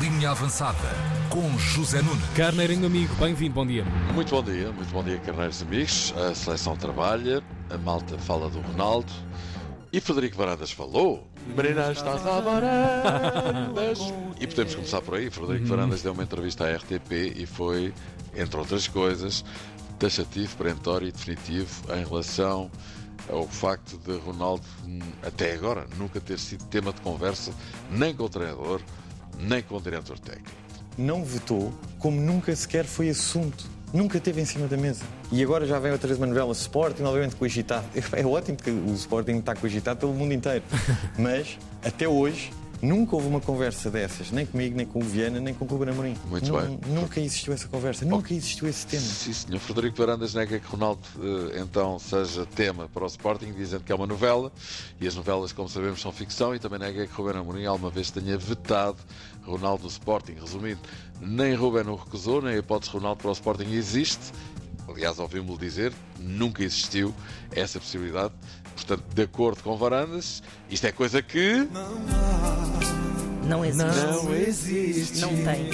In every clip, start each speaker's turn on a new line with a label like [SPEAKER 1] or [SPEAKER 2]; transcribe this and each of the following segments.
[SPEAKER 1] Linha Avançada com José Nunes.
[SPEAKER 2] Carneirinho amigo, bem-vindo, bom dia.
[SPEAKER 3] Muito bom dia, muito bom dia, carneiros amigos. A seleção trabalha, a malta fala do Ronaldo e Frederico Varandas falou. Brena estás a Varandas. E podemos começar por aí. Frederico Varandas deu uma entrevista à RTP e foi, entre outras coisas, taxativo, perentório e definitivo em relação ao facto de Ronaldo, hum, até agora, nunca ter sido tema de conversa nem com o treinador, nem com o diretor técnico.
[SPEAKER 4] não vetou como nunca sequer foi assunto. Nunca teve em cima da mesa. E agora já vem outra vez uma novela Sporting, obviamente cogitado. É ótimo que o Sporting está cogitado pelo mundo inteiro. Mas, até hoje, nunca houve uma conversa dessas, nem comigo, nem com o Viana, nem com o Ruben Amorim.
[SPEAKER 3] Muito
[SPEAKER 4] Nun-
[SPEAKER 3] bem.
[SPEAKER 4] Nunca existiu essa conversa, nunca existiu esse tema.
[SPEAKER 3] Sim, senhor. Frederico Varandas nega que Ronaldo eh, então seja tema para o Sporting, dizendo que é uma novela e as novelas, como sabemos, são ficção e também nega que Ruben Amorim alguma vez tenha vetado Ronaldo do Sporting. Resumindo, nem Ruben o recusou, nem a hipótese de Ronaldo para o Sporting existe. Aliás, ouvimos-lhe dizer, nunca existiu essa possibilidade. Portanto, de acordo com Varandas, isto é coisa que
[SPEAKER 5] Não existe.
[SPEAKER 3] existe.
[SPEAKER 5] Não tem.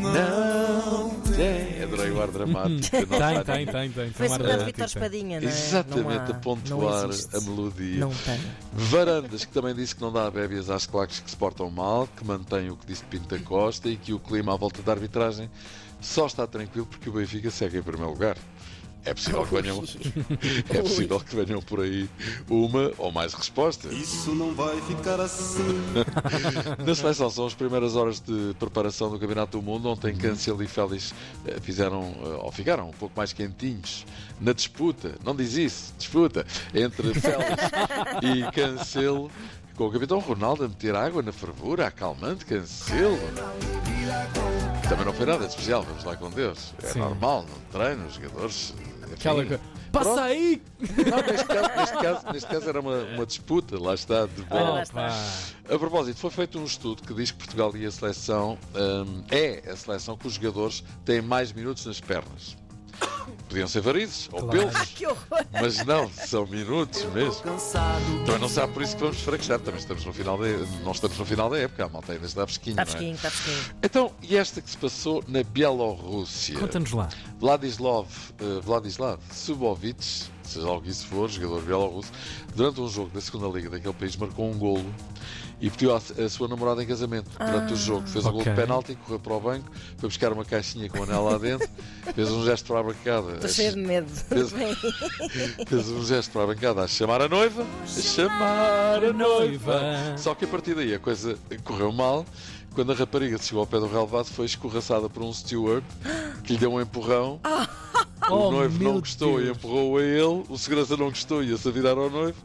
[SPEAKER 3] Não tem. Adorei o ar dramático. da nossa
[SPEAKER 2] Tem,
[SPEAKER 3] amiga.
[SPEAKER 2] tem, tem, tem.
[SPEAKER 5] Foi
[SPEAKER 2] Tomara
[SPEAKER 5] segundo
[SPEAKER 2] lá,
[SPEAKER 5] Vitor
[SPEAKER 2] tem, tem.
[SPEAKER 5] Espadinha, não é? Não há-
[SPEAKER 3] Exatamente, a pontuar
[SPEAKER 5] não existe.
[SPEAKER 3] a melodia.
[SPEAKER 5] Não tem.
[SPEAKER 3] Varandas, que também disse que não dá bébias às claques que se portam mal, que mantém o que disse Pinto da Costa e que o clima à volta da arbitragem só está tranquilo porque o Benfica segue em primeiro lugar. É possível que venham, é possível que venham por aí uma ou mais respostas.
[SPEAKER 6] Isso não vai ficar assim.
[SPEAKER 3] Na seleção são as primeiras horas de preparação do Campeonato do Mundo. Ontem
[SPEAKER 2] Uhum.
[SPEAKER 3] Cancelo e Félix eh, fizeram, eh, ou ficaram um pouco mais quentinhos na disputa, não diz isso, disputa, entre Félix e Cancelo, com o Capitão Ronaldo a meter água na fervura, acalmante Cancelo. Também não foi nada de especial, vamos lá com Deus. É
[SPEAKER 2] Sim.
[SPEAKER 3] normal, não treino, os jogadores. enfim.
[SPEAKER 2] Aquela coisa. Passa aí!
[SPEAKER 3] Não, neste caso, neste caso- neste caso era uma, uma disputa, lá está, de bola.
[SPEAKER 5] lá está.
[SPEAKER 3] A propósito, foi feito um estudo que diz que Portugal e a seleção hum, é a seleção que os jogadores têm mais minutos nas pernas. Podiam ser varizes ou pelos,
[SPEAKER 5] Que horror!
[SPEAKER 3] mas não, são minutos mesmo.
[SPEAKER 6] Cansado.
[SPEAKER 3] Também não será por isso que vamos fraquejar, também estamos no final da, não estamos no final da época, a malta ainda está fresquinha.
[SPEAKER 5] Está
[SPEAKER 3] não é?
[SPEAKER 5] Tá fresquinho, está fresquinho.
[SPEAKER 3] Então, e esta que se passou na Bielorrússia?
[SPEAKER 2] Conta-nos lá.
[SPEAKER 3] Vladislav, eh, Vladislav Subovic, seja lá o que isso for, jogador bielorrusso, durante um jogo da segunda Liga daquele país marcou um golo e pediu à- a, sua namorada em casamento durante o jogo. Fez um golo de
[SPEAKER 2] Ok.
[SPEAKER 3] penalti, correu para o banco, foi buscar uma caixinha com anel lá dentro, fez um gesto para a bancada.
[SPEAKER 5] Estou cheio de medo.
[SPEAKER 3] Fez, fez um gesto para a bancada a chamar a noiva, a chamar a noiva. Só que a partir daí a coisa correu mal. Quando a rapariga chegou ao pé do relevado, foi escorraçada por um steward que lhe deu um empurrão.
[SPEAKER 2] Oh,
[SPEAKER 3] o noivo não
[SPEAKER 2] meu
[SPEAKER 3] gostou e
[SPEAKER 2] Deus.
[SPEAKER 3] empurrou a ele. O segurança não gostou e ia-se a virar ao noivo.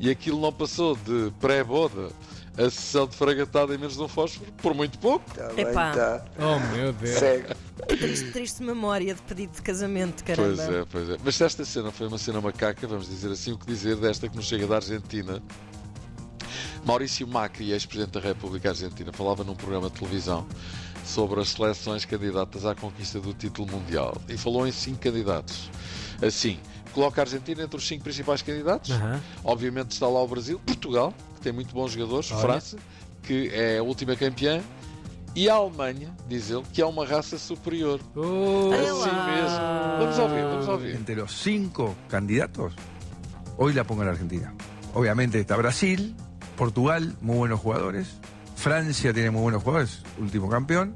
[SPEAKER 3] E aquilo não passou de pré-boda a sessão de fragatada em menos de um fósforo, por muito pouco.
[SPEAKER 5] Epá.
[SPEAKER 3] tá.
[SPEAKER 2] Oh, meu Deus.
[SPEAKER 5] Triste, triste memória de pedido de casamento, caramba.
[SPEAKER 3] Pois é, pois é. Mas se esta cena foi uma cena macaca, vamos dizer assim, o que dizer desta que nos chega da Argentina? Maurício Macri, ex-presidente da República Argentina, falava num programa de televisão sobre as seleções candidatas à conquista do título mundial e falou em cinco candidatos. Assim, coloca a Argentina entre os cinco principais candidatos.
[SPEAKER 2] Aham.
[SPEAKER 3] Obviamente está lá o Brasil, Portugal, que tem muito bons jogadores,
[SPEAKER 2] Olha.
[SPEAKER 3] França, que é a última campeã, e a Alemanha, diz ele, que é uma raça superior.
[SPEAKER 2] Oh,
[SPEAKER 5] Olha
[SPEAKER 3] Assim mesmo.
[SPEAKER 5] lá.
[SPEAKER 3] Vamos ouvir, vamos ouvir.
[SPEAKER 7] entre los cinco candidatos, hoy la pongo en Argentina. Obviamente está Brasil, Portugal, muy buenos jugadores, Francia tiene muy buenos jugadores, último campeón,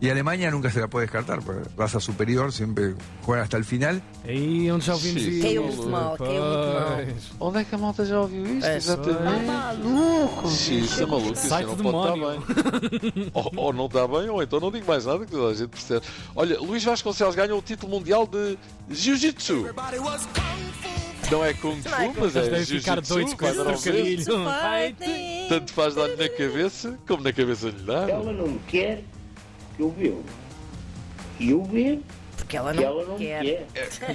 [SPEAKER 7] y Alemania nunca se la puede descartar, porque raza superior, siempre juegan hasta el final.
[SPEAKER 2] Aí onde já ouvimos
[SPEAKER 3] Sim.
[SPEAKER 2] isso.
[SPEAKER 3] Caiu
[SPEAKER 5] muito mal, caiu muito mal.
[SPEAKER 2] Pois.
[SPEAKER 3] Onde é que a malta já ouviu isto?
[SPEAKER 5] É,
[SPEAKER 3] Exatamente. maluco! Sim, isso é maluco. Isso
[SPEAKER 2] Site
[SPEAKER 3] não
[SPEAKER 2] do
[SPEAKER 3] pode
[SPEAKER 2] demónio.
[SPEAKER 3] estar bem. ou, ou não está bem, ou então não digo mais nada que toda a gente percebe. Olha, Luís Vasconcelos ganha o título mundial de Jiu-Jitsu. Não é Kung Fu,
[SPEAKER 5] Não é Kung
[SPEAKER 2] Eles
[SPEAKER 3] mas é
[SPEAKER 2] devem ficar
[SPEAKER 3] Jiu-Jitsu.
[SPEAKER 2] doidos com
[SPEAKER 3] vai
[SPEAKER 2] esse
[SPEAKER 3] dar ao mesmo.
[SPEAKER 2] trocadilho. Vai-te.
[SPEAKER 5] Fighting.
[SPEAKER 3] Tanto faz dar-lhe na cabeça, como na cabeça lhe dá.
[SPEAKER 8] Ela não quer que eu bebo. E eu bebo
[SPEAKER 5] Porque ela
[SPEAKER 8] e
[SPEAKER 5] não,
[SPEAKER 8] ela não
[SPEAKER 5] quer.
[SPEAKER 8] quer.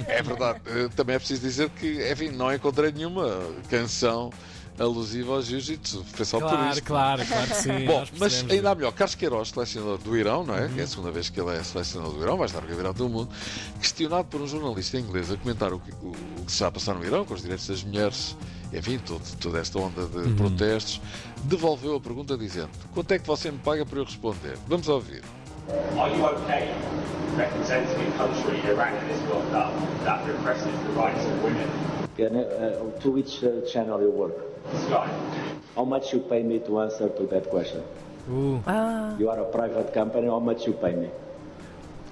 [SPEAKER 3] É verdade. Eh, Também é preciso dizer que, enfim, não encontrei nenhuma canção alusiva ao Jiu-Jitsu. Foi só por
[SPEAKER 2] Claro,
[SPEAKER 3] isto.
[SPEAKER 2] claro, claro que sim.
[SPEAKER 3] Bom,
[SPEAKER 2] nós
[SPEAKER 3] mas
[SPEAKER 2] percebemos. Uhum.
[SPEAKER 3] ainda há melhor, Carlos Queiroz, selecionador do Irão, não é? Que é a segunda vez que ele é selecionador do Irão, vai estar no Campeonato do Mundo, questionado por um jornalista inglês a comentar o que, o- o que se está a passar no Irão, com os direitos das mulheres enfim, todo- toda esta onda de
[SPEAKER 2] Uhum.
[SPEAKER 3] protestos, devolveu a pergunta dizendo: quanto é que você me paga para eu responder? Vamos ouvir.
[SPEAKER 9] Are you okay representing a country, Iran, in this World Cup that represses the rights of women?
[SPEAKER 8] Can, uh, to which uh, channel you work?
[SPEAKER 9] Sky.
[SPEAKER 8] How much you pay me to answer to that question?
[SPEAKER 2] Uh,
[SPEAKER 8] You are a private company, how much you pay me?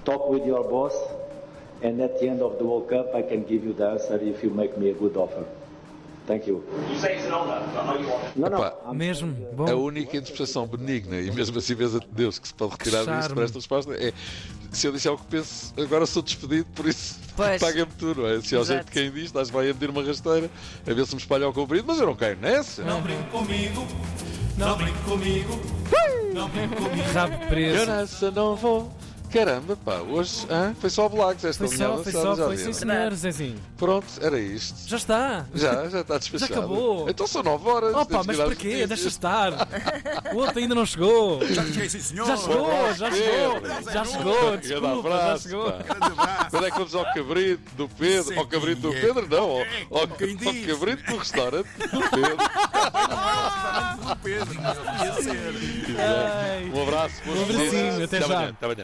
[SPEAKER 8] Talk with your boss, and at the end of the World Cup, I can give you the answer if you make me a good offer. Thank you.
[SPEAKER 9] You say it's an honour, but are you honest?
[SPEAKER 8] No, no,
[SPEAKER 3] Epá,
[SPEAKER 8] I'm-
[SPEAKER 2] mesmo.
[SPEAKER 3] A
[SPEAKER 2] Bom.
[SPEAKER 3] única interpretação benigna e mesmo assim, mesa de Deus, que se pode retirar disto
[SPEAKER 2] charme.
[SPEAKER 3] para esta resposta é: se eu disser o que penso, agora sou despedido, por isso
[SPEAKER 5] Pois.
[SPEAKER 3] paga-me tu, não é? Se ao
[SPEAKER 5] Exato.
[SPEAKER 3] jeito de quem diz, estás vai a medir uma rasteira, a ver se me espalha ao comprido, mas eu não caio nessa.
[SPEAKER 6] Não brinque comigo, não brinque comigo, não brinque comigo.
[SPEAKER 2] Rabo preso.
[SPEAKER 3] Eu nessa não vou. Caramba, pá, hoje hã? foi só blacks esta
[SPEAKER 2] Foi só,
[SPEAKER 3] linhada,
[SPEAKER 2] foi
[SPEAKER 3] sabe,
[SPEAKER 2] só,
[SPEAKER 3] já
[SPEAKER 2] foi sim
[SPEAKER 3] viram.
[SPEAKER 2] senhor, Zezinho.
[SPEAKER 3] Pronto, era isto.
[SPEAKER 2] Já está.
[SPEAKER 3] Já, já está despachado.
[SPEAKER 2] acabou.
[SPEAKER 3] Então são 9 horas.
[SPEAKER 2] Opa,
[SPEAKER 3] tens
[SPEAKER 2] mas
[SPEAKER 3] que ir às
[SPEAKER 2] porquê?
[SPEAKER 3] notícias.
[SPEAKER 2] Deixa estar. O outro ainda não chegou. Já chegou, já chegou. Já chegou,
[SPEAKER 3] Grande
[SPEAKER 2] desculpa, já
[SPEAKER 3] abraço,
[SPEAKER 2] chegou.
[SPEAKER 3] pá. Quando é que vamos ao cabrito do Pedro? Ao cabrito do Pedro, não. Ao, ao, ao cabrito do restaurante do Pedro.
[SPEAKER 2] Ai.
[SPEAKER 3] Um abraço. boas
[SPEAKER 2] Um abracinho,
[SPEAKER 3] notícias.
[SPEAKER 2] até já.
[SPEAKER 3] amanhã, Até amanhã.